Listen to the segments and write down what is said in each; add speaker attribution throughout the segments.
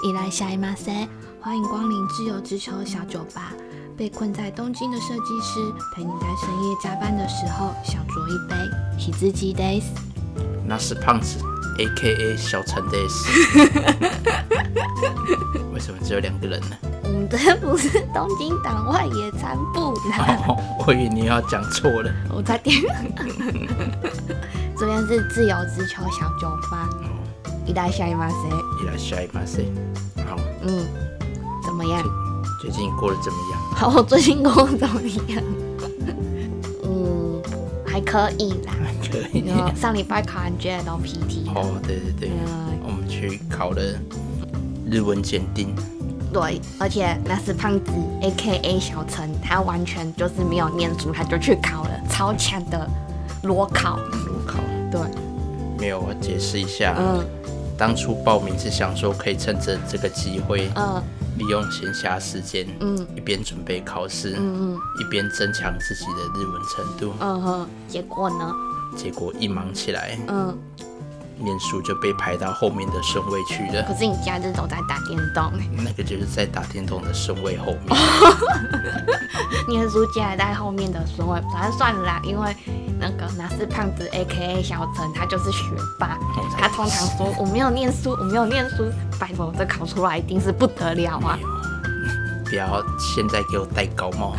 Speaker 1: 起来，下一马塞！欢迎光临自由之秋小酒吧。被困在东京的设计师，陪你在深夜加班的时候小酌一杯。喜自己 days。
Speaker 2: 那是胖子，A K A 小陈 days。为什么只有两个人呢？
Speaker 1: 我们这嗯不是东京党外野餐部啦，
Speaker 2: 哦，我以为你要讲错了。
Speaker 1: 我差点。这边是自由之秋小酒吧，
Speaker 2: 哦，
Speaker 1: 一来下一马塞。
Speaker 2: 伊拉下一把谁？好，
Speaker 1: 嗯，怎么样？
Speaker 2: 最近过得怎么样？
Speaker 1: 好，我最近工作怎么样？ 嗯，还可以 啦。
Speaker 2: 还可以。啊
Speaker 1: 然后上礼拜考完 JLPT，、
Speaker 2: 哦，对对对，
Speaker 1: 嗯
Speaker 2: 我们去考了日文检定。
Speaker 1: 对，而且那是胖子 A K A 小陈，他完全就是没有念书，他就去考了，超强的裸考。
Speaker 2: 裸考
Speaker 1: 对，
Speaker 2: 没有，我解释一下。
Speaker 1: 嗯
Speaker 2: 当初报名是想说可以趁着这个机会，
Speaker 1: 嗯
Speaker 2: 利用闲暇时间，
Speaker 1: 嗯
Speaker 2: 一边准备考试，
Speaker 1: 嗯嗯
Speaker 2: 一边增强自己的日文程度。
Speaker 1: 嗯哼，结果呢？
Speaker 2: 结果一忙起来，
Speaker 1: 嗯，
Speaker 2: 念书就被排到后面的顺位去了。
Speaker 1: 可是你假日都在打电动，
Speaker 2: 那个就是在打电动的顺位后面，
Speaker 1: 念书竟然在后面的时候，反正算了啦，因为那个那是胖子 A K A 小陈，他就是学霸，他通常说我没有念书，我没有念书，拜托这考出来一定是不得了啊
Speaker 2: 没！有不要现在给我戴高 帽，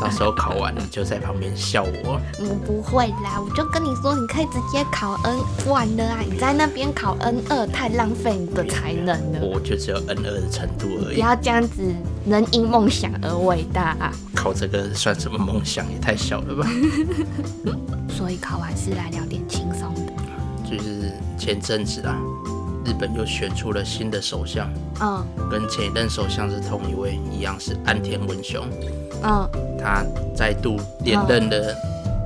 Speaker 2: 到时候考完你就在旁边笑我。
Speaker 1: 我不会啦，我就跟你说，你可以直接考 N 1了啊！你在那边考 N 二，太浪费你的才能了。
Speaker 2: 我就只有 N 二的程度而
Speaker 1: 不
Speaker 2: 已，
Speaker 1: 要这样子，人因梦想而伟大啊！
Speaker 2: 考这个算什么梦想？也太小了吧！
Speaker 1: 所以考完试来聊点轻松的。
Speaker 2: 就是前阵子啊，日本又选出了新的首相，
Speaker 1: 嗯
Speaker 2: 跟前一任首相是同一位，一样是安田文雄。
Speaker 1: 嗯
Speaker 2: 他再度连任了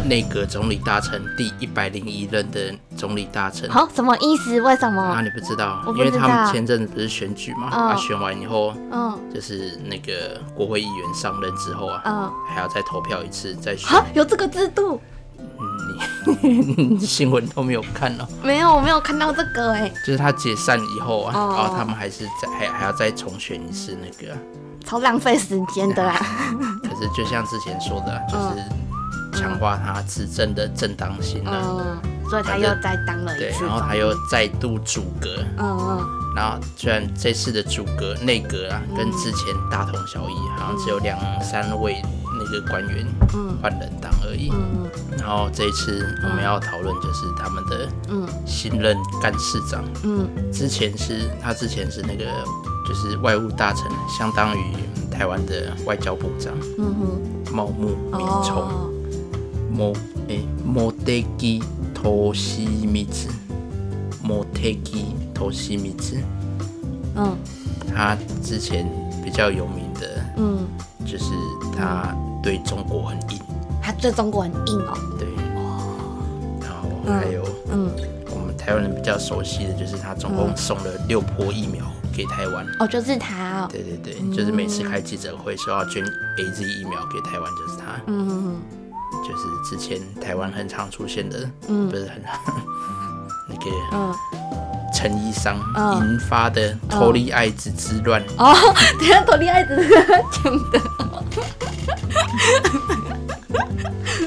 Speaker 2: 内阁总理大臣第一百零一任的总理大臣。
Speaker 1: 好，什么意思？为什
Speaker 2: 啊，
Speaker 1: 么？
Speaker 2: 你不知道，
Speaker 1: 我不
Speaker 2: 因为他
Speaker 1: 知道
Speaker 2: 们前阵子不是选举嘛，
Speaker 1: 嗯
Speaker 2: 啊，选完以后
Speaker 1: 嗯
Speaker 2: 就是那个国会议员上任之后啊，
Speaker 1: 嗯，
Speaker 2: 还要再投票一次再选。
Speaker 1: 好，有这个制度？
Speaker 2: 你新闻 都没有看哦，
Speaker 1: 没有，我没有看到这个哎、
Speaker 2: 就是他解散以后啊，
Speaker 1: 哦
Speaker 2: 然后他们还是再还还要再重选一次那个啊、
Speaker 1: 超浪费时间的啦。
Speaker 2: 可是就像之前说的啊，
Speaker 1: 嗯
Speaker 2: 就是强化他执政的正当性啊。
Speaker 1: 嗯，所以他又再当了一
Speaker 2: 对，
Speaker 1: 次
Speaker 2: 然后
Speaker 1: 总
Speaker 2: 他又再度阻隔，
Speaker 1: 嗯嗯
Speaker 2: 然后虽然这次的阻隔内阁啊，跟之前大同小异，啊好像只有两三位那个官员
Speaker 1: 嗯
Speaker 2: 换人当而已。
Speaker 1: 嗯
Speaker 2: 然后这一次我们要讨论就是他们的
Speaker 1: 嗯
Speaker 2: 新任干事长，
Speaker 1: 嗯
Speaker 2: 之前是他之前是那个就是外务大臣，相当于台湾的外交部长
Speaker 1: 嗯哼，
Speaker 2: 茂木敏充
Speaker 1: 哦，
Speaker 2: 莫诶莫德基托西米兹，莫德基托西米兹，
Speaker 1: 嗯
Speaker 2: 他之前比较有名的
Speaker 1: 嗯。
Speaker 2: 就是他对中国很硬，
Speaker 1: 他对中国很硬哦。
Speaker 2: 对，然后还有
Speaker 1: 嗯，
Speaker 2: 我们台湾人比较熟悉的就是他总共送了六波疫苗给台湾，
Speaker 1: 哦，就是他哦。
Speaker 2: 对对对，就是每次开记者会说要捐 A Z 疫苗给台湾就是他，
Speaker 1: 嗯
Speaker 2: 就是之前台湾很常出现的，
Speaker 1: 嗯
Speaker 2: 不是很 那个。
Speaker 1: 嗯，
Speaker 2: 陈医生
Speaker 1: 嗯
Speaker 2: 引发的脱离艾滋之乱，
Speaker 1: 哦，等一下托利艾子是他讲的哦。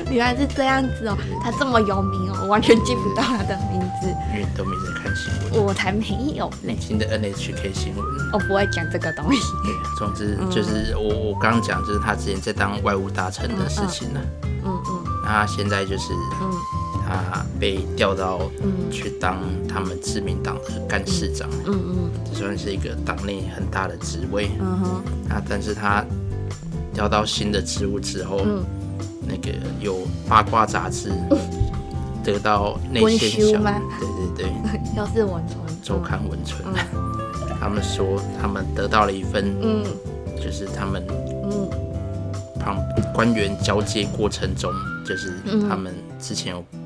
Speaker 1: 原来是这样子哦，他这么有名哦，我完全记不到他的名字，
Speaker 2: 因为都没在看新闻，
Speaker 1: 我才没有
Speaker 2: 你
Speaker 1: 嘞，
Speaker 2: 听的 NHK 新闻。
Speaker 1: 我不会讲这个东西。
Speaker 2: 对，总之就是我我刚刚讲，就是他之前在当外务大臣的事情呢、
Speaker 1: 嗯嗯
Speaker 2: 那他现在就是
Speaker 1: 嗯
Speaker 2: 他被调到
Speaker 1: 嗯
Speaker 2: 去当他们自民党的干事长，
Speaker 1: 嗯嗯
Speaker 2: 这算是一个党内很大的职位。
Speaker 1: 嗯哼，
Speaker 2: 啊，但是他调到新的职务之后，
Speaker 1: 嗯
Speaker 2: 那个有八卦 杂志得到内
Speaker 1: 文
Speaker 2: 线
Speaker 1: 修
Speaker 2: 小
Speaker 1: 吗，
Speaker 2: 对对对，
Speaker 1: 又是我存
Speaker 2: 周刊文春，他们说他们得到了一份，
Speaker 1: 嗯
Speaker 2: 就是他们
Speaker 1: 嗯
Speaker 2: 旁官员交接过程中，就是他们之前有。
Speaker 1: 嗯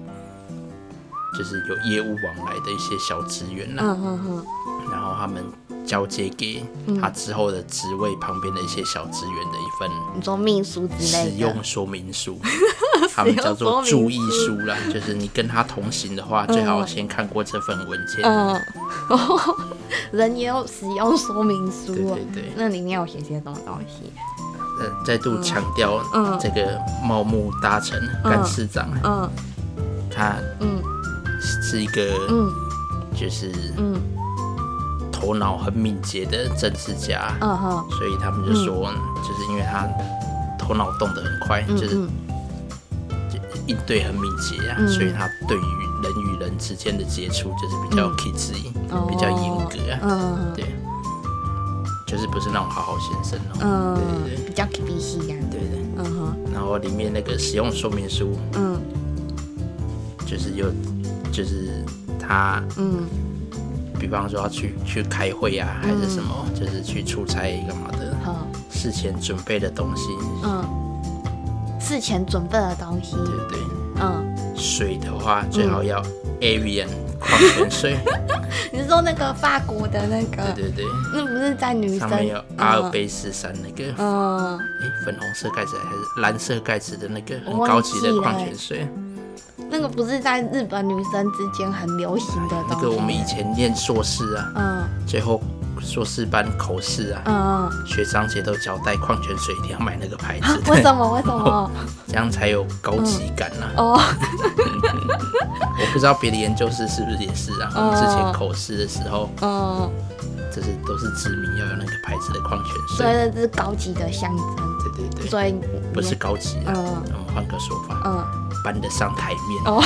Speaker 2: 就是有业务往来的一些小职员啦，啊
Speaker 1: 嗯嗯嗯嗯
Speaker 2: 然后他们交接给他之后的职位旁边的一些小职员的一份
Speaker 1: 你说秘书之
Speaker 2: 使
Speaker 1: 类的
Speaker 2: 用，说 明书，他们叫做注意书啦。就是你跟他同行的话，最好先看过这份文件。
Speaker 1: 嗯，人也有使用说明书、
Speaker 2: 对
Speaker 1: 哦，
Speaker 2: 对对，
Speaker 1: 那里面有写些什么东西？
Speaker 2: 呃，再度强调
Speaker 1: 嗯
Speaker 2: 这个茂木大臣干事长，
Speaker 1: 嗯
Speaker 2: 他
Speaker 1: 嗯
Speaker 2: 是一个
Speaker 1: 嗯
Speaker 2: 就是
Speaker 1: 嗯
Speaker 2: 头脑很敏捷的政治家，
Speaker 1: 嗯哼，
Speaker 2: 所以他们就说，就是因为他头脑动得很快，
Speaker 1: 嗯
Speaker 2: 就是
Speaker 1: 嗯
Speaker 2: 应对很敏捷啊，
Speaker 1: 嗯
Speaker 2: 所以他对于人与人之间的接触就是比较 kiss，、
Speaker 1: 哦
Speaker 2: 比较严格啊，
Speaker 1: 嗯
Speaker 2: 对，就是不是那种好好先生哦，
Speaker 1: 嗯
Speaker 2: 对对，
Speaker 1: 比较 B C 呀，
Speaker 2: 对对对。
Speaker 1: 嗯哼
Speaker 2: 然后里面那个使用说明书
Speaker 1: 嗯
Speaker 2: 就是有，就是他，
Speaker 1: 嗯
Speaker 2: 比方说要去去开会啊，还是什么，就是去出差干嘛的，
Speaker 1: 好
Speaker 2: 事前准备的东西，
Speaker 1: 嗯，事前准备的东西，
Speaker 2: 对不对？
Speaker 1: 嗯，
Speaker 2: 水的话最好要 Avian 矿 泉水，
Speaker 1: 你是说那个法国的那个，
Speaker 2: 对对对，
Speaker 1: 那不是在女
Speaker 2: 上
Speaker 1: 生
Speaker 2: 面有啊阿尔卑斯山那个，哎、
Speaker 1: 嗯，
Speaker 2: 粉红色盖子还是蓝色盖子的那个很
Speaker 1: 我忘
Speaker 2: 高级
Speaker 1: 记
Speaker 2: 的
Speaker 1: 了
Speaker 2: 矿泉水，
Speaker 1: 嗯那个不是在日本女生之间很流行的
Speaker 2: 那
Speaker 1: 东西，
Speaker 2: 个我们以前念硕士啊，
Speaker 1: 嗯
Speaker 2: 最后硕士班口试啊。
Speaker 1: 嗯，
Speaker 2: 学长姐都交代矿泉水一定要买那个牌子
Speaker 1: 啊
Speaker 2: 的，
Speaker 1: 为什么为什么？
Speaker 2: 这样才有高级感呐、
Speaker 1: 哦，
Speaker 2: 我不知道别的研究室是不是也是啊？我们之前口试的时候，
Speaker 1: 嗯，
Speaker 2: 就是都是指明要有那个牌子的矿泉
Speaker 1: 所以
Speaker 2: 水。
Speaker 1: 这是高级的象征，
Speaker 2: 对对对，
Speaker 1: 所以
Speaker 2: 不是高级啊，
Speaker 1: 嗯
Speaker 2: 我们换个说法，
Speaker 1: 嗯
Speaker 2: 搬得上台面。
Speaker 1: 哦，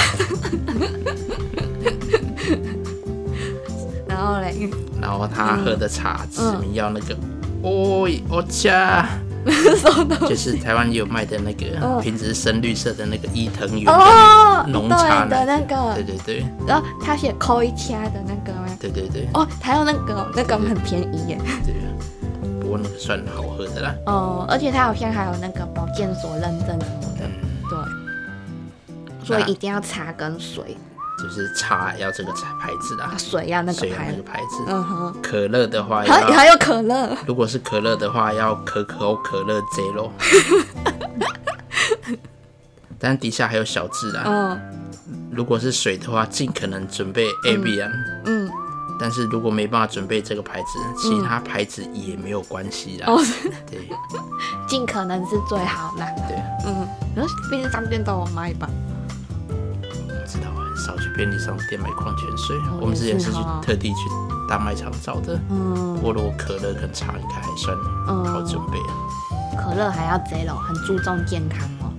Speaker 1: 然后嘞，
Speaker 2: 然后他喝的
Speaker 1: 嗯
Speaker 2: 茶指明要那个，哦，我 家。就是台湾也有卖的那个，
Speaker 1: 嗯
Speaker 2: 瓶子是深绿色的那个伊藤园的
Speaker 1: 哦，
Speaker 2: 浓茶
Speaker 1: 对的
Speaker 2: 奶
Speaker 1: 那
Speaker 2: 对
Speaker 1: 个，
Speaker 2: 对对
Speaker 1: 然后他写扣一掐的那个吗？
Speaker 2: 对对对
Speaker 1: 哦，还有那个那个很便宜耶，
Speaker 2: 对，不过那个算好喝的啦。
Speaker 1: 哦，而且他好像还有那个保健所认证什么的，
Speaker 2: 嗯，
Speaker 1: 对，所以一定要茶跟水，
Speaker 2: 就是茶要这个茶牌子啦
Speaker 1: 啊，，水要那
Speaker 2: 水
Speaker 1: 个
Speaker 2: 要
Speaker 1: 牌
Speaker 2: 那个，哎牌子。
Speaker 1: 嗯哼，
Speaker 2: 可乐的话
Speaker 1: 还有还
Speaker 2: 要，
Speaker 1: 有可乐，
Speaker 2: 如果是可乐的话，要可口可乐 Zero。但底下还有小字啦。
Speaker 1: 嗯
Speaker 2: 如果是水的话，尽可能准备 Avian，、
Speaker 1: 嗯，
Speaker 2: 但是如果没办法准备这个牌子，其他牌子也没有关系啦。
Speaker 1: 哦，
Speaker 2: 对
Speaker 1: 尽可能是最好啦，
Speaker 2: 对，
Speaker 1: 嗯，然后便利商店都有卖吧，
Speaker 2: 我知道很少去便利商店买矿泉水，
Speaker 1: 哦
Speaker 2: 我们之前是
Speaker 1: 也
Speaker 2: 去
Speaker 1: 是哦
Speaker 2: 特地去大卖场找的。
Speaker 1: 嗯，
Speaker 2: 菠萝可乐跟茶应该还算好准备啊。
Speaker 1: 可乐还要 zero，很注重健康哦，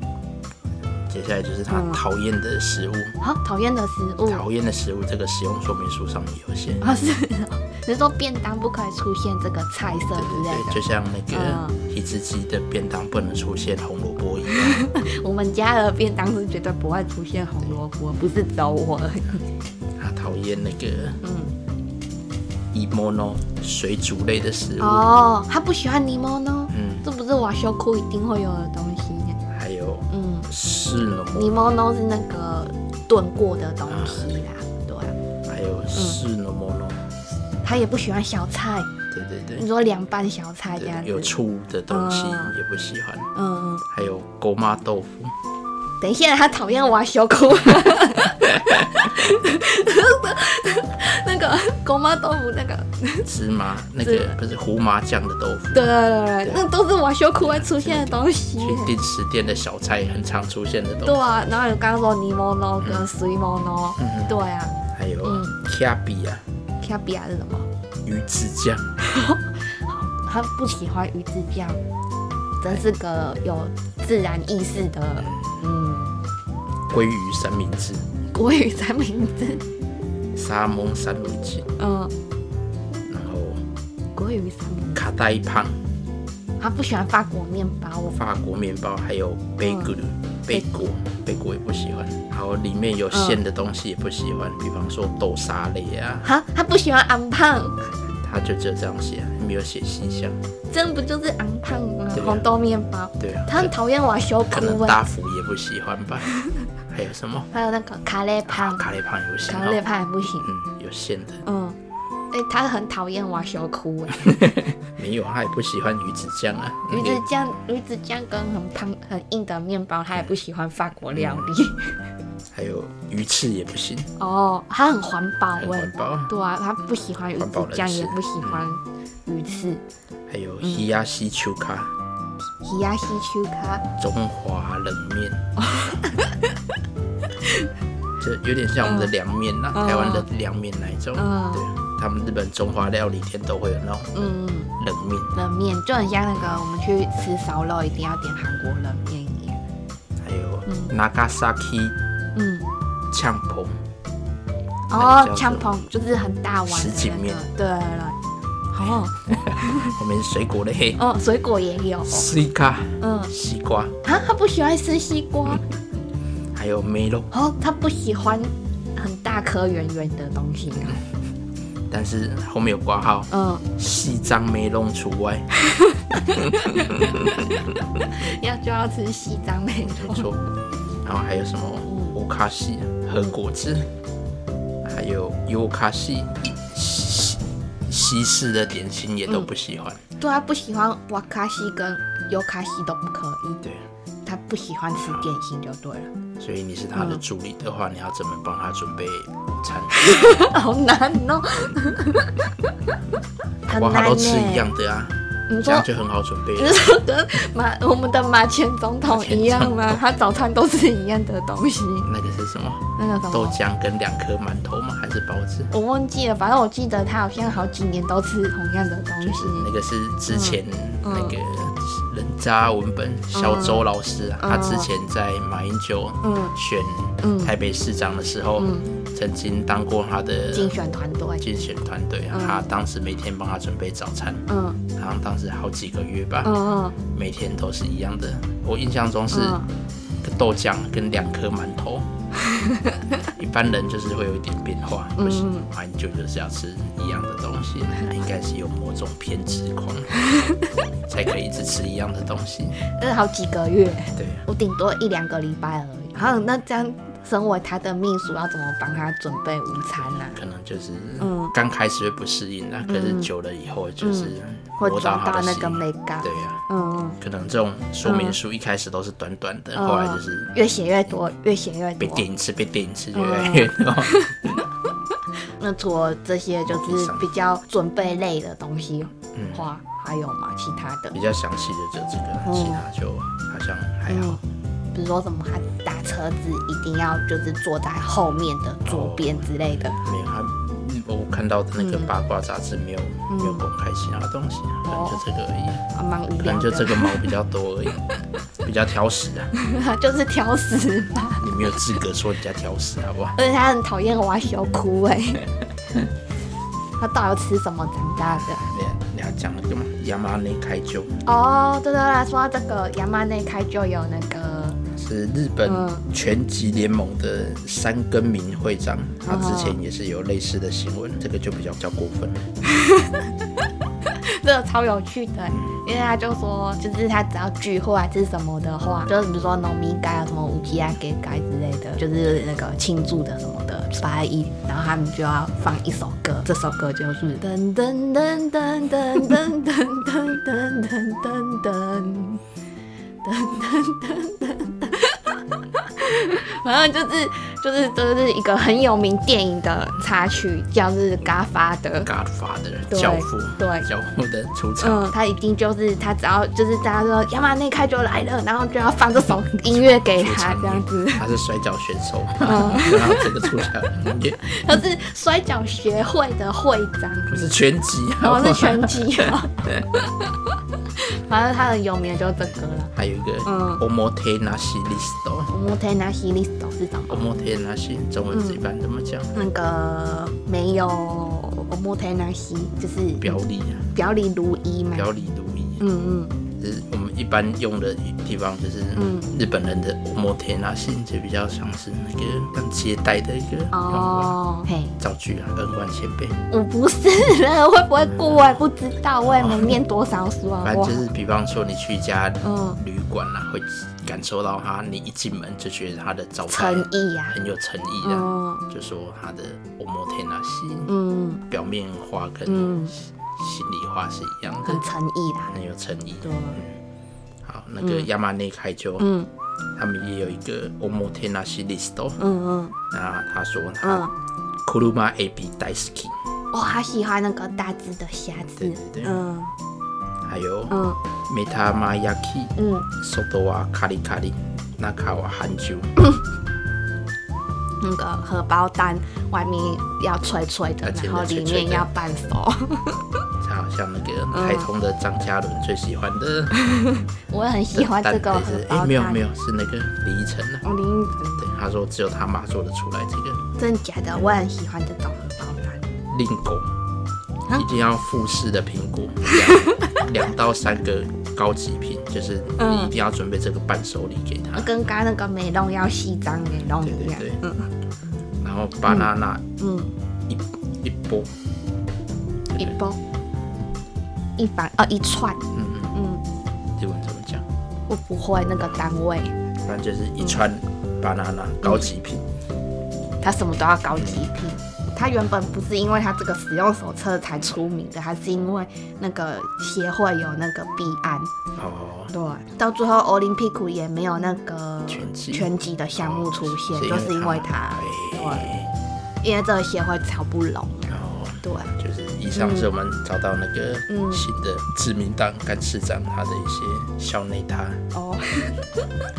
Speaker 2: 接下来就是他讨厌的食物，
Speaker 1: 好讨厌的食物
Speaker 2: 讨厌的食物这个使用说明书上面有写。
Speaker 1: 啊是哦，你是说便当不可以出现这个菜色
Speaker 2: 对
Speaker 1: 之
Speaker 2: 对
Speaker 1: 类
Speaker 2: 对，就像那个
Speaker 1: 嗯
Speaker 2: 一只鸡的便当不能出现红萝卜一样。
Speaker 1: 的，我们家的便当是绝对不会出现红萝卜，不是只有我而已，
Speaker 2: 他讨厌那个
Speaker 1: 嗯。
Speaker 2: 伊莫诺水煮类的食物，
Speaker 1: 哦，他不喜欢柠檬呢，
Speaker 2: 嗯，
Speaker 1: 这不是瓦修库一定会有的东西。
Speaker 2: 还有
Speaker 1: 嗯，
Speaker 2: 士农，
Speaker 1: 柠檬呢是那个炖过的东西啦，对啊，
Speaker 2: 还有士农莫诺，
Speaker 1: 他也不喜欢小菜，
Speaker 2: 对对
Speaker 1: 你
Speaker 2: 对
Speaker 1: 说凉拌小菜这样
Speaker 2: 对，
Speaker 1: 子。
Speaker 2: 有醋的东西
Speaker 1: 嗯
Speaker 2: 也不喜欢，
Speaker 1: 嗯，嗯
Speaker 2: 还有狗妈豆 腐，
Speaker 1: 等一下，他讨厌瓦修库。 那个狗妈豆腐，那个，
Speaker 2: 芝麻那个不是胡麻酱的豆腐。
Speaker 1: 对对对对，那都是瓦修库会出现的东西。
Speaker 2: 去定时店的小菜很常出现的东
Speaker 1: 对
Speaker 2: 西，
Speaker 1: 啊，然后你刚刚说柠檬呢跟水檬
Speaker 2: 嗯
Speaker 1: 呢，对啊，
Speaker 2: 还有
Speaker 1: 嗯
Speaker 2: k a b 啊，
Speaker 1: 卡比亚是什么？
Speaker 2: 鱼子酱，
Speaker 1: 他不喜欢鱼子酱，真是个有自然意识的，嗯，
Speaker 2: 鲑鱼三明治，
Speaker 1: 国语三明治，
Speaker 2: 沙蒙三明治，
Speaker 1: 嗯，
Speaker 2: 然后
Speaker 1: 国语三明
Speaker 2: 卡带胖
Speaker 1: 治，他不喜欢法国面包，我
Speaker 2: 法国面包，还有
Speaker 1: 嗯
Speaker 2: 贝果，贝果，贝果也不喜欢，然后里面有馅
Speaker 1: 嗯
Speaker 2: 的东西也不喜欢，比方说豆沙类啊，
Speaker 1: 哈，他不喜欢昂胖，
Speaker 2: 他就只有这样写，啊没有写细项，
Speaker 1: 这不就是昂胖吗
Speaker 2: 对？啊
Speaker 1: 红豆面包，
Speaker 2: 对啊，
Speaker 1: 他很讨厌瓦修
Speaker 2: 可能
Speaker 1: 苦
Speaker 2: 大
Speaker 1: 哎，
Speaker 2: 福也不喜欢 吧，还有什么
Speaker 1: 还有那个卡勒
Speaker 2: 啊
Speaker 1: 胖，
Speaker 2: 卡雷胖有馅
Speaker 1: 卡
Speaker 2: 哦，
Speaker 1: 勒胖也不行，
Speaker 2: 嗯，有馅的，
Speaker 1: 嗯，哎、哎、他很讨厌瓦修哭 哎、
Speaker 2: 没有，啊他也不喜欢鱼子酱啊。
Speaker 1: 鱼
Speaker 2: 那
Speaker 1: 子
Speaker 2: 个
Speaker 1: 酱、鱼子酱跟很胖、很硬的面包，他也不喜欢法国料理。
Speaker 2: 还有鱼翅也不行，
Speaker 1: 哦，他很环保
Speaker 2: 嗯很
Speaker 1: 哎、
Speaker 2: 环保。
Speaker 1: 对啊，他不喜欢鱼
Speaker 2: 环保
Speaker 1: 子
Speaker 2: 人
Speaker 1: 酱，
Speaker 2: 士嗯
Speaker 1: 也不喜欢鱼翅。
Speaker 2: 还有西亚西丘卡
Speaker 1: 皮亚西丘卡，
Speaker 2: 中华冷面，
Speaker 1: 嗯
Speaker 2: 这有点像我们的凉面啦，
Speaker 1: 嗯
Speaker 2: 台湾的凉面那一种。
Speaker 1: 嗯
Speaker 2: 对，他们日本中华料理店都会有那种
Speaker 1: 嗯，
Speaker 2: 冷面，
Speaker 1: 冷面就很像那个我们去吃烧肉一定要点韩国冷面一样。
Speaker 2: 还有 Nagasaki
Speaker 1: 嗯，
Speaker 2: 呛棚，那个
Speaker 1: 哦
Speaker 2: 叫，做
Speaker 1: 枪棚就是很大碗的
Speaker 2: 什锦
Speaker 1: 那
Speaker 2: 面
Speaker 1: 个，对对对。 哦
Speaker 2: 我们水果的黑
Speaker 1: 哦，水果也有，
Speaker 2: 西卡
Speaker 1: 嗯，
Speaker 2: 西瓜，
Speaker 1: 啊，他不喜欢吃西瓜，
Speaker 2: 还有梅肉，
Speaker 1: 哦，他不喜欢很大颗圆圆的东西，啊
Speaker 2: 但是后面有挂号，
Speaker 1: 嗯，
Speaker 2: 西藏梅肉除外。
Speaker 1: 要就要吃西藏梅
Speaker 2: 没
Speaker 1: 肉，
Speaker 2: 错。然后还有什么乌卡西和果汁，还有尤卡西西西式的点心也都不喜欢。
Speaker 1: 对啊他不喜欢瓦卡西跟尤卡西都不可以，
Speaker 2: 嗯对，
Speaker 1: 他不喜欢吃点心就对了，
Speaker 2: 所以你是他的助理的话，你要怎么帮他准备午餐？
Speaker 1: 好难 哦，很
Speaker 2: 哇，他
Speaker 1: 难
Speaker 2: 都吃一
Speaker 1: 呢。
Speaker 2: 样的啊，
Speaker 1: 你
Speaker 2: 这
Speaker 1: 说
Speaker 2: 样就很好准备
Speaker 1: 你
Speaker 2: 了。
Speaker 1: 说跟 马我们的马前总统一样吗？他早餐都是一样的东西，
Speaker 2: 那个是什么？
Speaker 1: 那个什
Speaker 2: 豆
Speaker 1: 么，
Speaker 2: 浆跟两颗馒头吗？还是包子？
Speaker 1: 我忘记了，反正我记得他好像好几年都吃同样的东
Speaker 2: 就是那
Speaker 1: 西。
Speaker 2: 个是之前
Speaker 1: 嗯
Speaker 2: 那个人渣文本小周老师啊，
Speaker 1: 嗯
Speaker 2: 他之前在马英九
Speaker 1: 嗯
Speaker 2: 选
Speaker 1: 嗯
Speaker 2: 台北市长的时候，曾经当过他的
Speaker 1: 竞选团队，
Speaker 2: 竞选团队啊，他当时每天帮他准备早餐，
Speaker 1: 嗯
Speaker 2: 好像当时好几个月吧，
Speaker 1: 嗯
Speaker 2: 每天都是一样的。我印象中是
Speaker 1: 嗯
Speaker 2: 豆浆跟两颗馒 头。一般人就是会有一点变化，
Speaker 1: 嗯
Speaker 2: 不行，马英九就是要吃一样的东西，他应该是有某种偏执 狂，才可以一直吃一样的东西。
Speaker 1: 嗯，那好几个月，
Speaker 2: 对，
Speaker 1: 我顶多一两个礼拜而已。好，那这样，身为他的秘书，要怎么帮他准备午餐啊呢、
Speaker 2: 可能就是
Speaker 1: 嗯
Speaker 2: 刚开始会不适应啦，可是久了以后就是
Speaker 1: 嗯会
Speaker 2: 摸
Speaker 1: 抓
Speaker 2: 到
Speaker 1: 到
Speaker 2: 他的
Speaker 1: 那
Speaker 2: 心
Speaker 1: 个。美感。
Speaker 2: 对呀、
Speaker 1: 嗯
Speaker 2: 可能这种说明书一开始都是短短的，
Speaker 1: 嗯，
Speaker 2: 后来就是
Speaker 1: 越写越多，越写越
Speaker 2: 被
Speaker 1: 多。
Speaker 2: 点一次，被点一次，
Speaker 1: 嗯
Speaker 2: 越来越多。
Speaker 1: 那除了这些，就是比较准备类的东西
Speaker 2: 嗯，
Speaker 1: 话，还有吗？其他的
Speaker 2: 比，较详细的就这个，
Speaker 1: 嗯
Speaker 2: 其他就好像还好。
Speaker 1: 比如说什么，他打车子一定要就是坐在后面的桌边之类的。
Speaker 2: 没有他，我看到的那
Speaker 1: 嗯
Speaker 2: 个八卦杂志没有、没有公开其他东西，啊可
Speaker 1: 哦
Speaker 2: 能就这个而已，
Speaker 1: 啊蛮无
Speaker 2: 可
Speaker 1: 聊
Speaker 2: 能就这
Speaker 1: 的，
Speaker 2: 个毛比较多而已，比较挑食啊。
Speaker 1: 就是挑食吧。
Speaker 2: 你没有资格说人家挑食，好不好？
Speaker 1: 而且他很讨厌挖小哭哎、 他到底吃什么长大的？
Speaker 2: 你你还讲那个嘛，亚麻内开酒
Speaker 1: 哦，对对对，说到这个亚麻内开就有那个，
Speaker 2: 是日本
Speaker 1: 嗯
Speaker 2: 拳击联盟的三根明会长，他
Speaker 1: 嗯
Speaker 2: 之前也是有类似的新闻，这个就比较比较过分了。
Speaker 1: 这个超有趣的欸、因为他就说，就是他只要聚会啊还是什么的话，就是比如说农民街啊、什么五级啊、给街之类的，就是那个庆祝的什么的八一，然后他们就要放一首歌，这首歌就是噔噔噔噔噔噔噔噔噔噔噔噔。反正就是就是就是一个很有名电影的插曲，叫是《嘎发的》。
Speaker 2: Godfather
Speaker 1: 对
Speaker 2: 教父，
Speaker 1: 对
Speaker 2: 教父的出场，
Speaker 1: 嗯，他一定就是他只要就是大家说亚马内开就来了，然后就要放这首音乐给
Speaker 2: 出
Speaker 1: 他
Speaker 2: 场
Speaker 1: 这样子，哦
Speaker 2: 他是摔跤选手， 然后这个出场嗯也
Speaker 1: 他是摔跤学会的会 长，
Speaker 2: 不是拳击
Speaker 1: 然
Speaker 2: 啊
Speaker 1: 后，是拳 击哦，反正他很有名的就是这个了。
Speaker 2: 还有一个
Speaker 1: 嗯
Speaker 2: Omote Nashi Listo。
Speaker 1: 我们 t e n a s h i l i s t 是什么？
Speaker 2: Omote Nashi 中文一般怎么讲？
Speaker 1: 那个没有，我们 t e n a s h i 就是
Speaker 2: 表里啊，
Speaker 1: 表里如一嘛。
Speaker 2: 表里如一。啊
Speaker 1: 嗯
Speaker 2: 就是我们一般用的地方，就是日本人的 Omote Nashi 就比较像是那个像接待的一个用
Speaker 1: 嗯，
Speaker 2: 法。
Speaker 1: 哦，嘿，
Speaker 2: 造句啊，恩官前辈，
Speaker 1: 我不是了，会不会过我也不知道，我也没念多少书啊，
Speaker 2: 反正
Speaker 1: 我
Speaker 2: 就是比方说你去一家
Speaker 1: 嗯
Speaker 2: 旅馆啦、会感受到他，你一进门就觉得他的招牌
Speaker 1: 诚意呀、
Speaker 2: 很有诚意啊，
Speaker 1: 嗯
Speaker 2: 就说他的 omotenashi
Speaker 1: 嗯
Speaker 2: 表面话跟
Speaker 1: 嗯，
Speaker 2: 心里话是一样的，
Speaker 1: 很诚意啦，
Speaker 2: 很有诚意。
Speaker 1: 对，
Speaker 2: 好，那个亚麻内开就，
Speaker 1: 嗯
Speaker 2: 他们也有一个 omotenashi list 哦。
Speaker 1: 嗯
Speaker 2: 那他说
Speaker 1: 嗯嗯
Speaker 2: 他，kuruma ab d a i s k i
Speaker 1: 哇，他喜欢那个大只的虾子
Speaker 2: 对对，对
Speaker 1: 嗯
Speaker 2: 还有
Speaker 1: 嗯
Speaker 2: metamayaki
Speaker 1: 嗯，
Speaker 2: 外はカリカリ中は半熟。
Speaker 1: 嗯那个荷包蛋外面要脆脆的，
Speaker 2: 啊煎
Speaker 1: 然
Speaker 2: 得
Speaker 1: 后
Speaker 2: 脆
Speaker 1: 里
Speaker 2: 脆的
Speaker 1: 面要半熟。
Speaker 2: 这好像那个
Speaker 1: 嗯
Speaker 2: 台通的张嘉伦最喜欢的
Speaker 1: 我很喜欢这个
Speaker 2: 蛋
Speaker 1: 荷
Speaker 2: 是
Speaker 1: 包
Speaker 2: 哎、
Speaker 1: 蛋。嗯
Speaker 2: 没有没有是那个李依晨啊，
Speaker 1: 有，林
Speaker 2: 对他说只有他妈做得出来这个
Speaker 1: 真假的，我很喜欢这种荷包蛋。
Speaker 2: 令狗
Speaker 1: 啊
Speaker 2: 一定要富士的 苹果，两两到三个高级品，就是
Speaker 1: 嗯
Speaker 2: 你一定要准备这个伴手礼给他，
Speaker 1: 跟刚刚那个美容要细张美容
Speaker 2: 对
Speaker 1: 一
Speaker 2: 对
Speaker 1: 啊样。
Speaker 2: 对，然后 banana
Speaker 1: 嗯，
Speaker 2: 一一波，对
Speaker 1: 一
Speaker 2: 对
Speaker 1: 包，一板哦一串，
Speaker 2: 嗯嗯，
Speaker 1: 嗯，
Speaker 2: 日文怎么讲？
Speaker 1: 我不会那个单位，
Speaker 2: 反正就是一串
Speaker 1: 嗯
Speaker 2: banana 高级品，
Speaker 1: 它什么都要高级品。它原本不是因为它这个使用手册才出名的，它是因为那个协会有那个弊案，
Speaker 2: 哦，
Speaker 1: 对，到最后奥林匹克也没有那个
Speaker 2: 拳击
Speaker 1: 拳击的项目出现，就是因为它，对，
Speaker 2: 哎哦
Speaker 1: 因为这个协会吵不拢，
Speaker 2: 然后
Speaker 1: 对，
Speaker 2: 就是以上是我们找到那个新的自民党干事长他的一些校内他。
Speaker 1: 哦，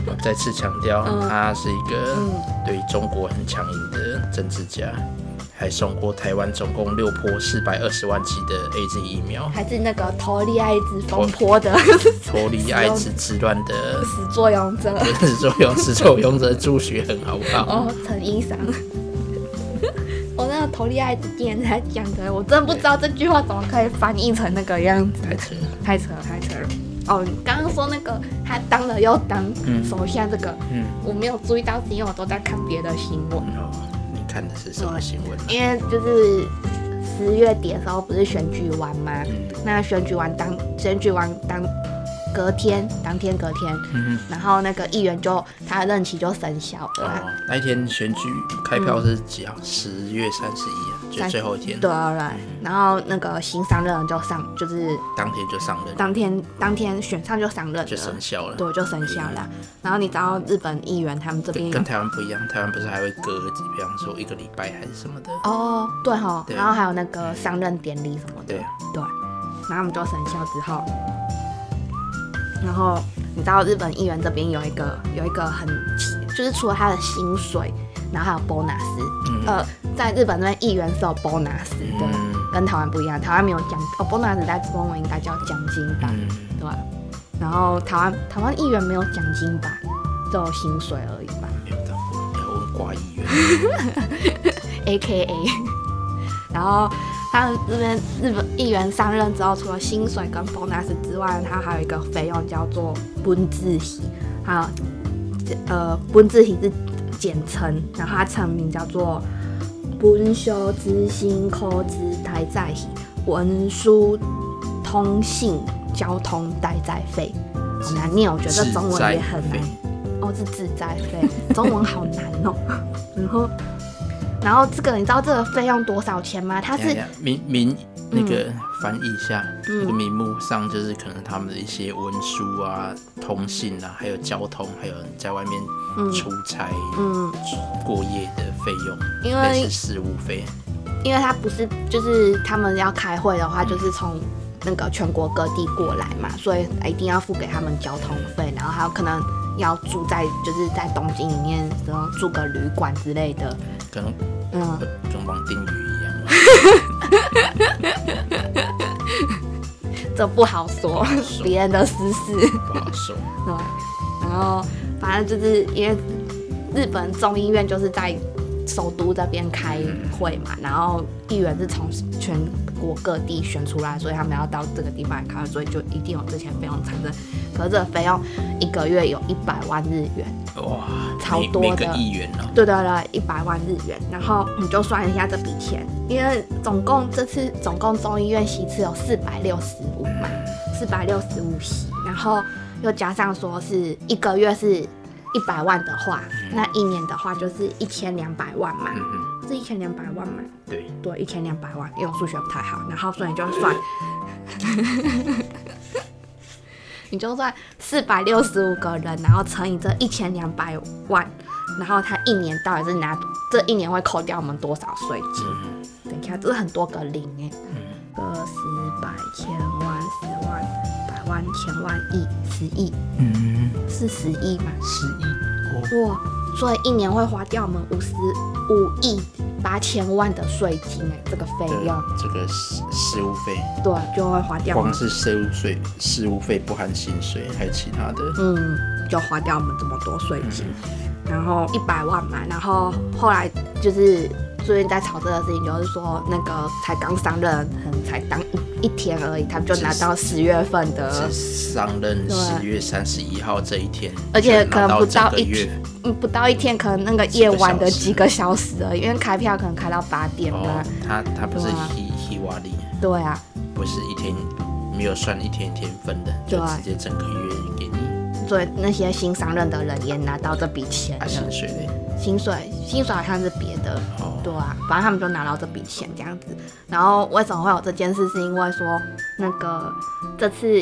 Speaker 2: 我再次强调，他是一个对中国很强硬的政治家，还送过台湾总共六波四百二十万剂的 A Z 疫 苗，
Speaker 1: 还是那个头立爱之风波 的始
Speaker 2: 脱离艾滋之乱的
Speaker 1: 作俑者，
Speaker 2: 始 作俑始作俑者朱学恒，好不好？
Speaker 1: 哦，陈医 生。我那个头立爱之竟然在讲的，我真不知道这句话怎么可以翻译成那个样子，
Speaker 2: 太扯了，
Speaker 1: 太扯了，太扯了。哦，你刚刚说那个他当了又当
Speaker 2: 嗯
Speaker 1: 首相，这个、
Speaker 2: 嗯，
Speaker 1: 我没有注意到，是因为我都在看别的新闻。
Speaker 2: 哦，你看的是什么新闻啊？
Speaker 1: 因为就是十月底的时候不是选举完吗？
Speaker 2: 嗯
Speaker 1: 那选举完当选举完当隔天，当天隔天，
Speaker 2: 嗯
Speaker 1: 然后那个议员就他的任期就生效了啊、
Speaker 2: 哦，那一天选举开票是几号？十月三十一啊，就
Speaker 1: 三
Speaker 2: 最后一天，嗯
Speaker 1: 对对对，然后那个新上任的就上，就是
Speaker 2: 当天就上任，
Speaker 1: 当天当天选上就上任
Speaker 2: 就
Speaker 1: 了
Speaker 2: 生，效了。
Speaker 1: 对，就生效了。然后你知道日本议员他们这
Speaker 2: 跟
Speaker 1: 边
Speaker 2: 跟台湾不一样，台湾不是还会隔，比方说一个礼拜还是什么的。
Speaker 1: 哦，对哈，
Speaker 2: 对
Speaker 1: 然后还有那个上任典礼什么的，
Speaker 2: 对啊
Speaker 1: 对，然后我们就生效之后，然后你知道日本议员这边有一个有一个很奇，就是除了他的薪水，然后还有 bonus，、
Speaker 2: 嗯
Speaker 1: 呃，在日本那边议员是有 bonus 的，
Speaker 2: 嗯
Speaker 1: 跟台湾不一样，台湾没有奖，哦 bonus 在中文应该叫奖金吧，
Speaker 2: 嗯，
Speaker 1: 对，然后台湾台湾议员没有奖金吧，只有薪水而已吧。
Speaker 2: 没有当过，要问挂议员。
Speaker 1: A K A。然后他们这边日本议员上任之后，除了薪水跟 bonus 之外，他还有一个费用叫做本字喜，还有呃本字喜是简称，然后它成名叫做文修之心科之待在喜文书通信交通待在费。好难念，我觉得中文也很难
Speaker 2: 自在费。
Speaker 1: 哦，是自在费，中文好难哦。然后，然后这个你知道这个费用多少钱吗？它
Speaker 2: 等一
Speaker 1: 是
Speaker 2: 下名名那个翻译一下，
Speaker 1: 嗯
Speaker 2: 那个名目上就是可能他们的一些文书啊、通信啊，还有交通，还有在外面
Speaker 1: 嗯
Speaker 2: 出差、
Speaker 1: 嗯，
Speaker 2: 过夜的费用，
Speaker 1: 因
Speaker 2: 类
Speaker 1: 为
Speaker 2: 似事务费。
Speaker 1: 因为它不是就是他们要开会的话，就是从那个全国各地过来嘛，所以一定要付给他们交通费，然后还有可能要住在就是在东京里面，然后住个旅馆之类的，
Speaker 2: 跟
Speaker 1: 嗯。
Speaker 2: 跟王定宇 一样，
Speaker 1: 这不好说
Speaker 2: 好说，
Speaker 1: 别人的私事。
Speaker 2: 不好受。
Speaker 1: 对，然后反正就是因为日本众议院就是在首都这边开会嘛，然后议员是从全国各地选出来，所以他们要到这个地方来开会，所以就一定有这些费用产生。可是这个费用一个月有一百万日元，
Speaker 2: 哇，
Speaker 1: 超
Speaker 2: 每
Speaker 1: 多
Speaker 2: 每
Speaker 1: 的
Speaker 2: 个议员哦，
Speaker 1: 对对对，一百万日元。然后你就算一下这笔钱，因为总共这次总共众议院席次有四百六十五嘛，四百六十五席，然后又加上说是一个月是一百万的话，那一年的话就是一千两百万嘛，
Speaker 2: 嗯嗯，
Speaker 1: 是一千两百万嘛？
Speaker 2: 对，
Speaker 1: 对，一千两百万，因为我数学不太好，然后所以就算， 你就算四百六十五个人，然后乘以这一千两百万，然后他一年到底是拿这一年会扣掉我们多少税金？
Speaker 2: 嗯
Speaker 1: 等一下，这是很多个零哎、
Speaker 2: 嗯，
Speaker 1: 个十百千万十万百万千万亿十亿
Speaker 2: 嗯，
Speaker 1: 是十亿吗？
Speaker 2: 十一，哦，
Speaker 1: 哇，所以一年会花掉我们五十五亿八千万的税金哎、这个费
Speaker 2: 对
Speaker 1: 用，
Speaker 2: 这个事事务费，
Speaker 1: 对，就会花掉我们
Speaker 2: 光是事务税、事务费不含薪水，还有其他的，
Speaker 1: 嗯，就花掉我们这么多税金，
Speaker 2: 嗯
Speaker 1: 然后一百万嘛，然后后来就是最近在吵这个事情，就是说那个才刚上任，很才当一一天而已，他们就拿到十月份的
Speaker 2: 是，上任
Speaker 1: 对
Speaker 2: 十月三十一号这一天，
Speaker 1: 而且可能不
Speaker 2: 就拿
Speaker 1: 到
Speaker 2: 整
Speaker 1: 一
Speaker 2: 个月
Speaker 1: 天，嗯，不到一天，可能那个夜晚的几个小时而已，因为开票可能开到八点吧
Speaker 2: 哦，，他他不是
Speaker 1: 对啊
Speaker 2: 希希瓦利，
Speaker 1: 对啊，
Speaker 2: 不是一天没有算一天一天分的，就
Speaker 1: 对
Speaker 2: 直接整个月给你
Speaker 1: 所以那些新上任的人也拿到这笔钱
Speaker 2: 啊
Speaker 1: 了，
Speaker 2: 薪水嘞，
Speaker 1: 薪水薪水好像是别的，
Speaker 2: 哦，
Speaker 1: 对啊，反正他们就拿到这笔钱这样子。然后为什么会有这件事？是因为说那个这次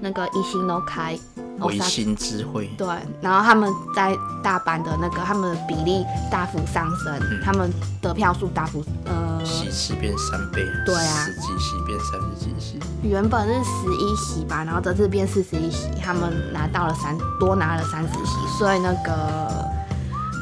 Speaker 1: 那个一星都开，
Speaker 2: 维新智慧，
Speaker 1: 对，然后他们在大阪的那个他们的比例大幅上升，他们得票数大幅呃，
Speaker 2: 席次变三倍，
Speaker 1: 对啊
Speaker 2: 十几席变三十几席，
Speaker 1: 原本是十一席吧，然后这次变四十一席，他们拿到了三多拿了三十席，所以那个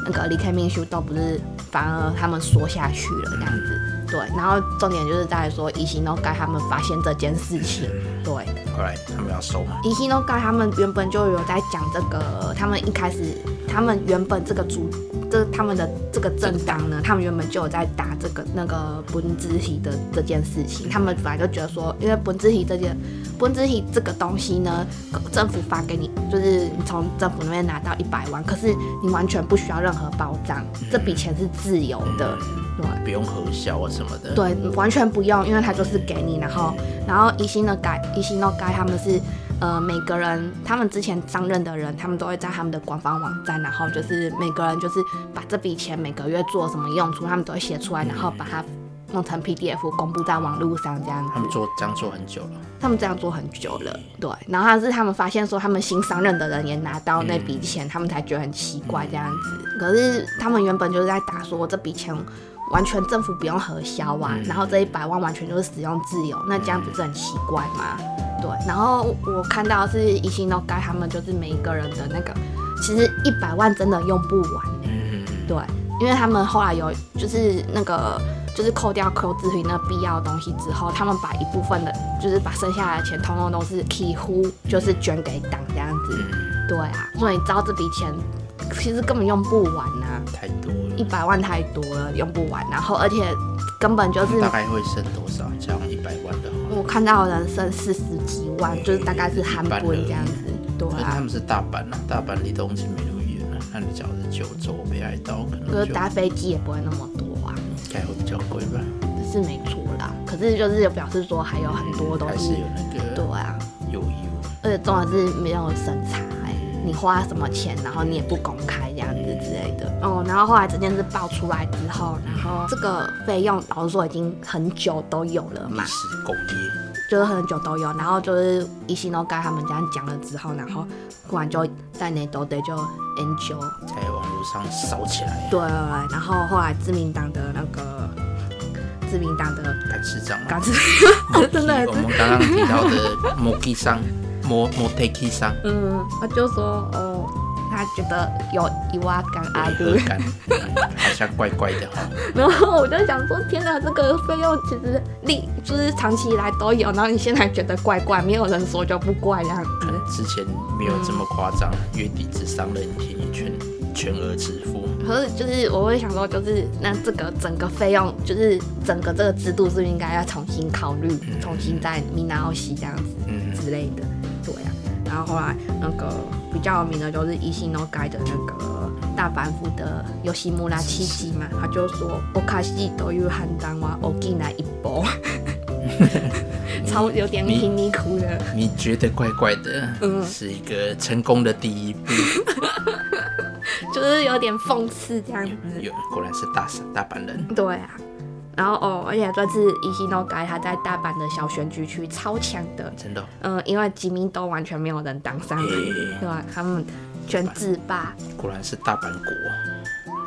Speaker 1: 那个李开明修都不是反而他们说下去了这样子。对，然后重点就是在于说，伊西诺盖他们发现这件事情。对，
Speaker 2: 后来他们要收嘛，
Speaker 1: 伊西诺盖他们原本就有在讲这个，他们一开始，他们原本这个主，这他们的这个政党呢，他们原本就有在打这个那个本子体的这件事情，他们本来就觉得说，因为本子体这件。本子体这个东西呢，政府发给你，就是你从政府那边拿到一百万，可是你完全不需要任何保障，这笔钱是自由的，对。
Speaker 2: 不用核销啊什么的，
Speaker 1: 对，完全不用，因为它就是给你，然后然后一心的改，一心的改，他们是呃每个人，他们之前上任的人，他们都会在他们的官方网站，然后就是每个人就是把这笔钱每个月做什么用处，他们都会写出来，然后把它弄成 PDF 公布在网络上这样
Speaker 2: 他
Speaker 1: 子
Speaker 2: 们。做这样做很久了，
Speaker 1: 他们这样做很久了，对。然后他是他们发现说，他们新上任的人也拿到那笔钱，他们才觉得很奇怪这样子。可是他们原本就是在打说，这笔钱完全政府不用核销啊，然后这一百万完全就是使用自由，那这样不是很奇怪吗？对。然后我看到是一心都该他们就是每一个人的那个，其实一百万真的用不完。
Speaker 2: 嗯，
Speaker 1: 对，因为他们后来有就是那个就是扣掉 Q 字频那必要的东西之后，他们把一部分的，就是把剩下的钱通通都是几乎就是捐给党这样子。
Speaker 2: 嗯
Speaker 1: 对啊，所以你知道这笔钱其实根本用不完啊，
Speaker 2: 太多了
Speaker 1: 一。百万太多了，用不完。然后而且根本就是
Speaker 2: 大概会剩多少？这样一百万的话，
Speaker 1: 我看到的人剩四十几万，就是大概是韩国这样子。对
Speaker 2: 可是他
Speaker 1: 啊，
Speaker 2: 们是大阪啊，大阪离东京没那么远啊。那你假如是九州、北海道，可
Speaker 1: 可
Speaker 2: 能
Speaker 1: 是
Speaker 2: 就
Speaker 1: 搭飞机也不会那么多啊，
Speaker 2: 应该会比较贵吧？
Speaker 1: 是没错啦。可是就是表示说还有很多东
Speaker 2: 还是
Speaker 1: 西
Speaker 2: 有，那
Speaker 1: 对
Speaker 2: 个
Speaker 1: 啊。
Speaker 2: 有油，
Speaker 1: 而且重点是没有审查、欸，你花什么钱，然后你也不公开这样子之类的。哦，然后后来这件事爆出来之后，然后这个费用老实说已经很久都有了
Speaker 2: 历
Speaker 1: 嘛，
Speaker 2: 史工业，
Speaker 1: 就是很久都有。然后就是一心都该他们这样讲了之后，然后忽然就在那都得就 N 九，
Speaker 2: 在网络上烧起来啊。
Speaker 1: 对，然后后来自民党的那个自民党的
Speaker 2: 干事长啊，
Speaker 1: 干事真的
Speaker 2: 我们刚刚提到的摩基桑、 摩摩特基桑，
Speaker 1: 嗯， 他就说哦，他觉得有一万干阿
Speaker 2: 违
Speaker 1: 杜
Speaker 2: 和。感，好像怪怪的哈。
Speaker 1: 然后我就想说，天哪，这个费用其实历就是长期以来都有，然后你现在觉得怪怪，没有人说就不怪这样子
Speaker 2: 可。能之前没有这么夸张，月底只上了一天一全全额支付。
Speaker 1: 可是就是我会想说，就是那这个整个费用，就是整个这个制度是不是应该要重新考虑，重新再米纳奥西这样子
Speaker 2: 嗯
Speaker 1: 之类的，对啊。然后后来那个比较有名的就是伊西诺盖的那个大阪府的有西木拉七吉嘛，他就说我卡西都有汉当哇，我进来一波。 超有点
Speaker 2: 你
Speaker 1: 贫民窟的。
Speaker 2: 你觉得怪怪的，
Speaker 1: 嗯
Speaker 2: 是一个成功的第一步。
Speaker 1: 就是有点讽刺这样子。
Speaker 2: 有，果然是大阪大阪人。
Speaker 1: 对啊，然后哦，而且这次伊西诺改他在大阪的小选举区超强的，
Speaker 2: 真的哦，
Speaker 1: 嗯、因为吉民都完全没有人当上，
Speaker 2: 哎诶
Speaker 1: 对吧、啊他们全自霸，
Speaker 2: 果然是大阪国。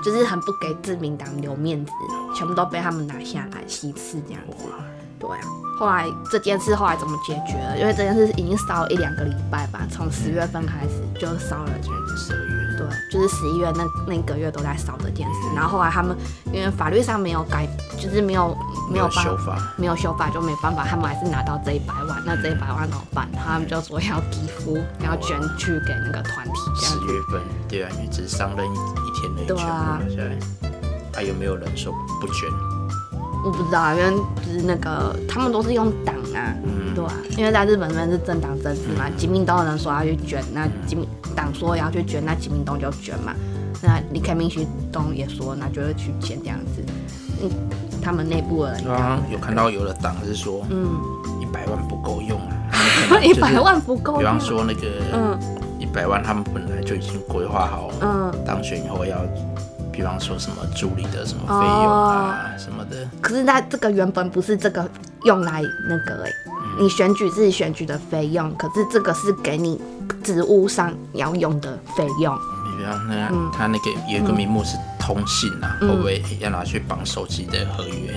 Speaker 1: 就是很不给自民党留面子，全部都被他们拿下来稀释这样子。
Speaker 2: 哇，
Speaker 1: 对啊，后来这件事后来怎么解决了？因为这件事已经烧了一两个礼拜吧，从十月份开始就烧了
Speaker 2: 现在是十二月，
Speaker 1: 对，就是十一月那那个月都在扫这件事，然后后来他们因为法律上没有改，就是没有没有办
Speaker 2: 修法，
Speaker 1: 没有修法就没办法，他们还是拿到这一百万，那这一百万怎么办？他们就说要给付，然后捐去给那个团体这
Speaker 2: 十
Speaker 1: 样子。
Speaker 2: 月份，对啊，因为只是上任一一天而已，全
Speaker 1: 对
Speaker 2: 部
Speaker 1: 啊
Speaker 2: 拿下来。还有没有人说不捐？
Speaker 1: 我不知道，因为就是那个他们都是用党啊，
Speaker 2: 嗯
Speaker 1: 对啊，因为在日本那边是政党政治嘛，吉民东有人说要去捐，那吉民党说要去捐，那吉民东就捐嘛，那李凯明旭东也说那就会去捐这样子，嗯，他们内部的人
Speaker 2: 对啊，有看到有的党是说
Speaker 1: 嗯，
Speaker 2: 一百万不够用啊，
Speaker 1: 一百万不够
Speaker 2: 比
Speaker 1: 用啊
Speaker 2: 方，说那个
Speaker 1: 嗯
Speaker 2: 一百万，他们本来就已经规划好，
Speaker 1: 嗯，
Speaker 2: 当选以后要，比方说什么助理的什么费用啊、
Speaker 1: 哦
Speaker 2: 什么的，
Speaker 1: 可是那这个原本不是这个用来那个哎、你选举自己选举的费用，可是这个是给你职务上要用的费用，
Speaker 2: 比方那、
Speaker 1: 嗯
Speaker 2: 他那个有一个名目是通信啊，会不会要拿去绑手机的合约？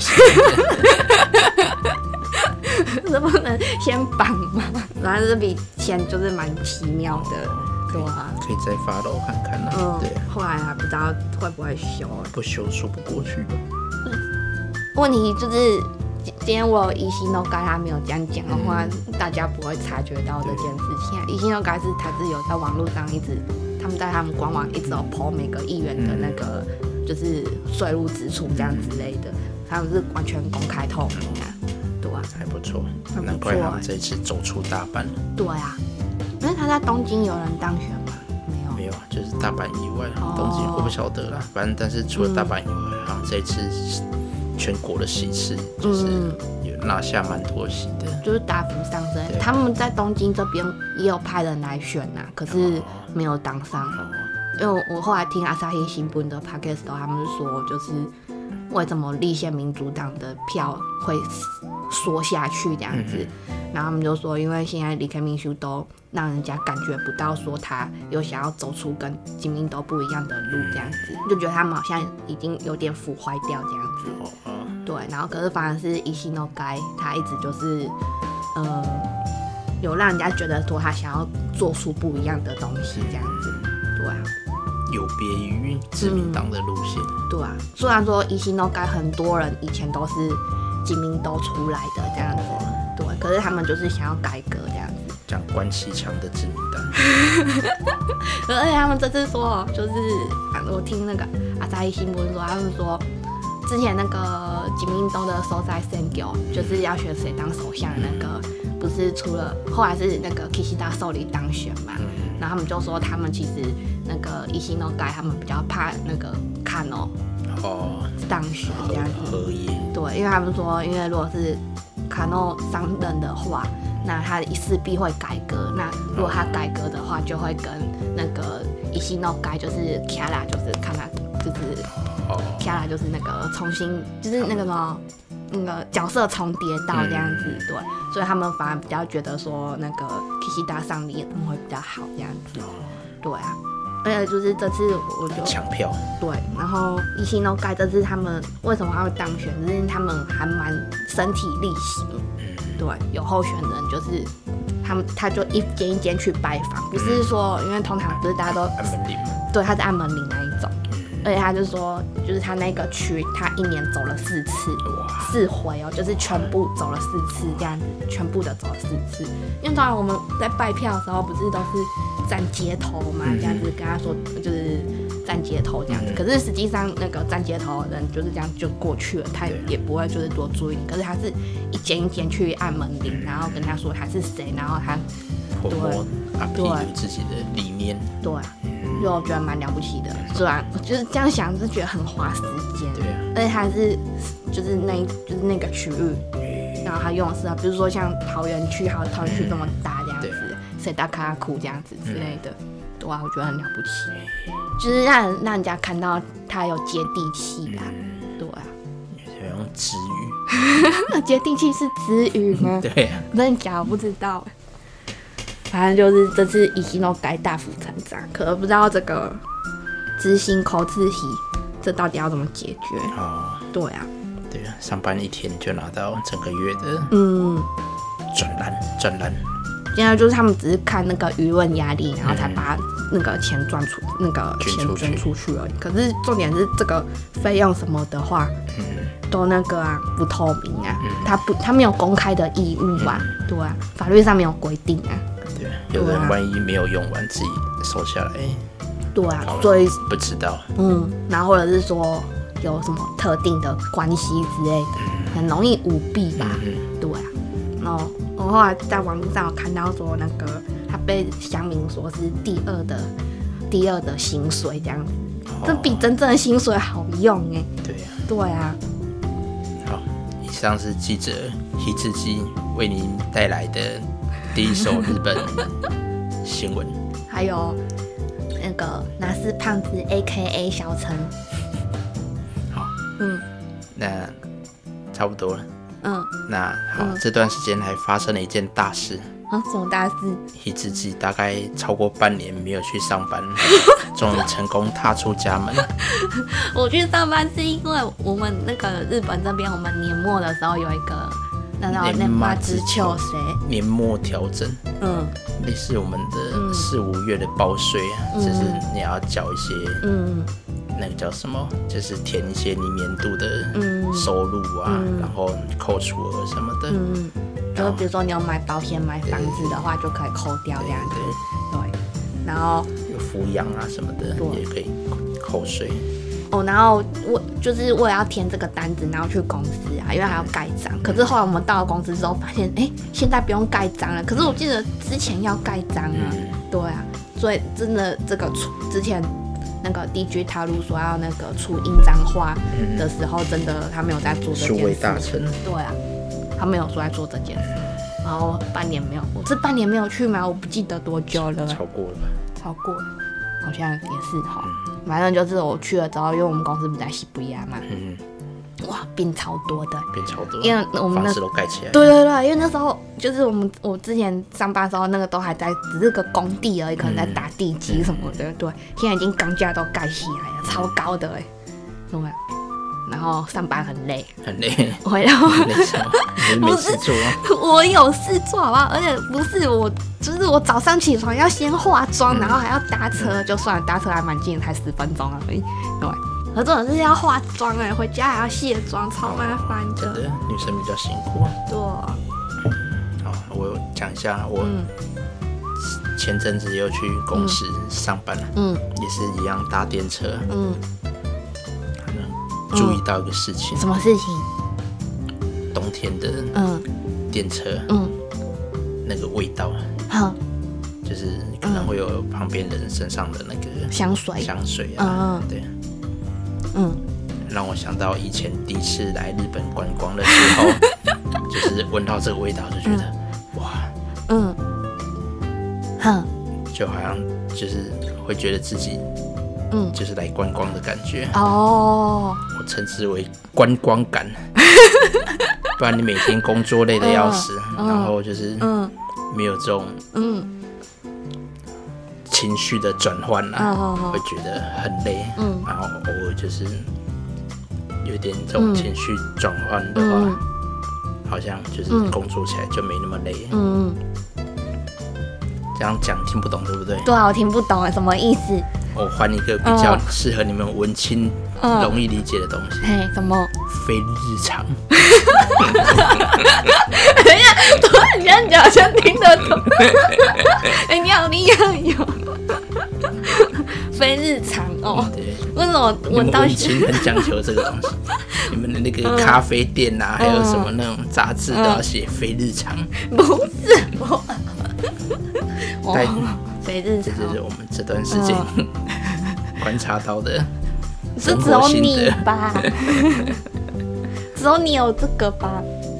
Speaker 1: 能不能先绑嘛？ 反正这笔钱就是蛮奇妙的，对啊，
Speaker 2: 可以再发楼看看啦、
Speaker 1: 嗯
Speaker 2: 对，，
Speaker 1: 后来还不知道会不会修。啊
Speaker 2: 不修说不过去吧。
Speaker 1: 问题就是今今天我有疑心都该他没有这样讲的话，大家不会察觉到这件事情啊。疑心都该是他是有在网络上一直，他们在他们官网一直有 po 每个议员的那个就是税务支出这样之类的，他们是完全公开透明啊，对啊，
Speaker 2: 还不错，
Speaker 1: 很不错
Speaker 2: 难怪他们这一次走出大阪，
Speaker 1: 对啊，因为他在东京有人当选吗？没有。
Speaker 2: 没有，啊，就是大阪以外，
Speaker 1: 哦
Speaker 2: 东京我不晓得啦。反正但是除了大阪以外，好像这一次全国的席次就是有拿下蛮多席的。
Speaker 1: 就是大幅上升
Speaker 2: 对。
Speaker 1: 他们在东京这边也有派人来选呐、可是没有当上。因为我后来听阿萨希新闻的 podcast，他们是说就是为什么立宪民主党的票会缩下去这样子。然后他们就说，因为现在李克明修都让人家感觉不到说他有想要走出跟金明都不一样的路这样子，就觉得他们好像已经有点腐坏掉这样子。
Speaker 2: 哦哦，
Speaker 1: 对，然后可是反而是伊西诺该，他一直就是，呃，有让人家觉得说他想要做出不一样的东西这样子。对啊，
Speaker 2: 有别于自民党的路线。
Speaker 1: 对啊。虽然说伊西诺该很多人以前都是吉民都出来的这样子，对，可是他们就是想要改革这样子。
Speaker 2: 讲关系强的自民党，
Speaker 1: 而且他们这次说，就是啊我听那个阿扎伊新闻说，他们说之前那个金明东的首在选举，就是要选谁当首相的那个，不是除了后来是那个 Kishida 受理当选嘛，然后他们就说他们其实那个伊西诺盖他们比较怕那个看哦
Speaker 2: 哦，
Speaker 1: 当选这样子，
Speaker 2: 合一，
Speaker 1: 对，因为他们说，因为如果是卡诺上任的话，那他势必会改革。那如果他改革的话，就会跟那个伊西诺改，就是 Kara，就是卡纳，就是
Speaker 2: 哦，
Speaker 1: Kara，就是那个重新，就是那个什么。那个角色重叠到这样子，对，所以他们反而比较觉得说那个 Kishida 上你会比较好这样子，对啊，而且就是这次我就
Speaker 2: 抢票，
Speaker 1: 对，然后伊西诺盖这次他们为什么他会当选？就是因为他们还蛮身体力行，对，有候选人就是他们他就一间一间去拜访，不是说因为通常不是大家都
Speaker 2: 安门林，
Speaker 1: 对他是按门铃那一种，而且他就说就是他那个区他一年走了四次，
Speaker 2: 哇，
Speaker 1: 四回哦，就是全部走了四次这样子，全部的走了四次。因为当然我们在拜票的时候，不是都是站街头嘛，这样子跟他说就是站街头这样子。可是实际上那个站街头的人就是这样就过去了，他
Speaker 2: 对
Speaker 1: 也不会就是多注意你。可是他是一间一间去按门铃，然后跟他说他是谁，然后他
Speaker 2: 婆婆阿皮
Speaker 1: 对
Speaker 2: 有自己的理念，嗯
Speaker 1: 对啊，就我觉得蛮了不起的。虽然我就是这样想，是觉得很花时间。
Speaker 2: 对啊嗯
Speaker 1: 而且他是就是那一就是那个区域然后他用的是，啊比如说像桃园区，好，桃园区这么大这样
Speaker 2: 对嗯
Speaker 1: 子，谁大卡库这样子之类的，对啊，我觉得很了不起，就是让人让人家看到他有接地气啊，
Speaker 2: 嗯
Speaker 1: 对啊，
Speaker 2: 喜欢用词语，
Speaker 1: 那接地气是词语吗？
Speaker 2: 对啊，
Speaker 1: 真的假的？我不知道。反正就是这次一心都改大幅成长，可是不知道这个知心口字题这到底要怎么解决？
Speaker 2: 哦，
Speaker 1: 对啊，
Speaker 2: 对啊，上班一天就拿到整个月的
Speaker 1: 嗯，
Speaker 2: 转栏转栏，
Speaker 1: 现在就是他们只是看那个舆论压力，然后才把那个钱赚出那个
Speaker 2: 捐
Speaker 1: 钱
Speaker 2: 出去
Speaker 1: 捐出去而已。可是重点是这个费用什么的话，
Speaker 2: 嗯，
Speaker 1: 都那个啊不透明啊，他不他没有公开的义务啊，对啊，法律上没有规定啊，
Speaker 2: 对啊，有的
Speaker 1: 对啊
Speaker 2: 人万一没有用完，自己收下来，
Speaker 1: 对啊
Speaker 2: 搞，了
Speaker 1: 所以
Speaker 2: 不知道，
Speaker 1: 嗯，然后或者是说有什么特定的关系之类的，很容易舞弊吧？
Speaker 2: 嗯，
Speaker 1: 对啊。然后我后来在网络上有看到说，那个他被乡民说是第二的第二的薪水这样子，这比
Speaker 2: 哦
Speaker 1: 真正的薪水好用哎、
Speaker 2: 对啊，
Speaker 1: 对啊，
Speaker 2: 好，以上是记者黑志基为您带来的第一手日 本新闻。
Speaker 1: 还有那个哪是胖子 A K A 小陈，
Speaker 2: 好，
Speaker 1: 嗯
Speaker 2: 那差不多了。
Speaker 1: 嗯，
Speaker 2: 那好，这段时间还发生了一件大事，
Speaker 1: 啊什么大事？
Speaker 2: 黑志基大概超过半年没有去 上班，终于成功踏出家门。
Speaker 1: 我去上班是因为我们那个日本这边，我们年末的时候有一个那叫
Speaker 2: 年末
Speaker 1: 之
Speaker 2: 之
Speaker 1: 秋
Speaker 2: 秋
Speaker 1: 谁，
Speaker 2: 年末调整，
Speaker 1: 嗯
Speaker 2: 类似我们的四五月的报税啊，只是你要缴一些
Speaker 1: 嗯
Speaker 2: 那个叫什么，就是填一些你年度的
Speaker 1: 嗯
Speaker 2: 收入啊，然后扣除额什么的。
Speaker 1: 嗯，就是比如说你有买保险、买房子的话，就可以扣掉这样子，对。然后
Speaker 2: 有抚养啊什么的
Speaker 1: 对
Speaker 2: 也可以扣税。
Speaker 1: 哦，然后我就是我也要填这个单子，然后去公司啊，因为还要盖章。可是后来我们到了公司之后，发现哎、诶现在不用盖章了。可是我记得之前要盖章啊，对啊，所以真的这个出之前那个 DG 他如说要那个出印章化的时候，真的他没有在做这
Speaker 2: 数
Speaker 1: 件
Speaker 2: 位
Speaker 1: 事
Speaker 2: 大，臣，
Speaker 1: 对啊，他没有说在做这件事。然后半年没有，我这半年没有去吗？我不记得多久了。
Speaker 2: 超过了吧？
Speaker 1: 超过了，好像也是哈。反正就是我去了之后，因为我们公司不在西伯利亚嘛，
Speaker 2: 嗯，
Speaker 1: 哇，病超多的。
Speaker 2: 变超多了，
Speaker 1: 因为我们
Speaker 2: 房
Speaker 1: 那
Speaker 2: 子都盖起来了。
Speaker 1: 对对对，因为那时候就是我们我之前上班的时候，那个都还在只是个工地而已，可能在打地基什么的。对，现在已经钢架都盖起来了，超高的哎、对吧。然后上班很累，
Speaker 2: 很累，
Speaker 1: 回到
Speaker 2: 很累什么？你是没事做啊？
Speaker 1: 我有事做好不好？而且不是我，就是我早上起床要先化妆，然后还要搭车，就算了，搭车还蛮近的，才十分钟而已。对，可这种是要化妆哎、回家还要卸妆，超麻烦
Speaker 2: 真的
Speaker 1: 的。，
Speaker 2: 女生比较辛苦啊。
Speaker 1: 对，
Speaker 2: 好，我讲一下，我
Speaker 1: 嗯
Speaker 2: 前阵子又去公司上班了，
Speaker 1: 嗯
Speaker 2: 也是一样搭电车，
Speaker 1: 嗯，
Speaker 2: 注意到一个事情，
Speaker 1: 什么事情？
Speaker 2: 冬天的
Speaker 1: 嗯
Speaker 2: 电车
Speaker 1: 嗯，
Speaker 2: 那个味道，
Speaker 1: 好，
Speaker 2: 就是可能会有旁边人身上的那个
Speaker 1: 香水。
Speaker 2: 香水啊，对。
Speaker 1: 嗯，
Speaker 2: 让我想到以前第一次来日本观光的 时候，就是闻到这个味道就觉得，哇，
Speaker 1: 嗯，哼，
Speaker 2: 就好像就是会觉得自己，
Speaker 1: 嗯
Speaker 2: 就是来观光的感觉，
Speaker 1: 哦，
Speaker 2: 我称之为观光 感。不然你每天工作累得要死，然后就是
Speaker 1: 嗯
Speaker 2: 没有这种
Speaker 1: 嗯
Speaker 2: 情绪的转换
Speaker 1: 哦
Speaker 2: 啊
Speaker 1: 哦哦，
Speaker 2: 会觉得很累，
Speaker 1: 嗯
Speaker 2: 然后偶尔就是有点这种情绪转换的
Speaker 1: 嗯
Speaker 2: 话，好像就是工作起来就没那么累。
Speaker 1: 嗯，
Speaker 2: 这样讲听不懂对不对？
Speaker 1: 对啊，我听不懂哎，什么意思？
Speaker 2: 我换一个比较适合你们文青
Speaker 1: 嗯
Speaker 2: 容易理解的东西，
Speaker 1: 嘿，什么？
Speaker 2: 非日常。
Speaker 1: 突然间讲，好像听得懂。 哎、你好厉害哟！非日常哦，
Speaker 2: 对，
Speaker 1: 为什么
Speaker 2: 你
Speaker 1: 我
Speaker 2: 们
Speaker 1: 到
Speaker 2: 文
Speaker 1: 现
Speaker 2: 青很讲求这个东西。 你们的那个咖啡店啊，还有什么那种杂志都要写非日常，
Speaker 1: 不是我？
Speaker 2: 对
Speaker 1: 哦，非日
Speaker 2: 这
Speaker 1: 常
Speaker 2: 就是我们这段时间
Speaker 1: 嗯
Speaker 2: 观察到的。
Speaker 1: 是只有你吧？只有你有这个吧？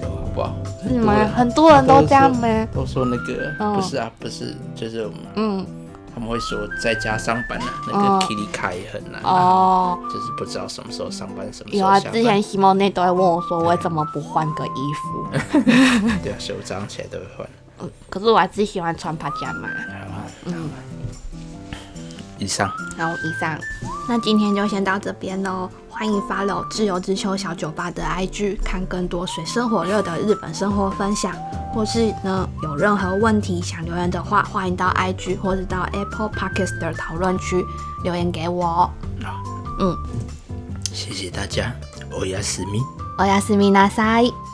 Speaker 2: 有好不好？
Speaker 1: 是吗？很多人都这样吗？
Speaker 2: 都说那个、
Speaker 1: 嗯
Speaker 2: 不是啊，不是，就是我们
Speaker 1: 嗯，
Speaker 2: 他们会说在家上班啊，那
Speaker 1: 哦
Speaker 2: 个 k i l i 卡也很难、啊，
Speaker 1: 哦，
Speaker 2: 就是不知道什么时候上班，什么时
Speaker 1: 有
Speaker 2: 候
Speaker 1: 啊，
Speaker 2: 下班。
Speaker 1: 之前西蒙内都会问我说，我怎么不换个衣服？
Speaker 2: 对啊，所以我早上起来都会换。
Speaker 1: 嗯可是我还是喜欢穿帕加马。
Speaker 2: 嗯，以上
Speaker 1: 好，以上，那今天就先到这边喽。欢迎 follow 自由之秋小酒吧的 IG，看更多水深火热的日本生活分享，或是呢有任何问题想留言的话，欢迎到 IG 或是到 Apple Podcast 的讨论区留言给我哦。
Speaker 2: 啊，
Speaker 1: 嗯，
Speaker 2: 谢谢大家，欧亚思密。
Speaker 1: おやすみなさい。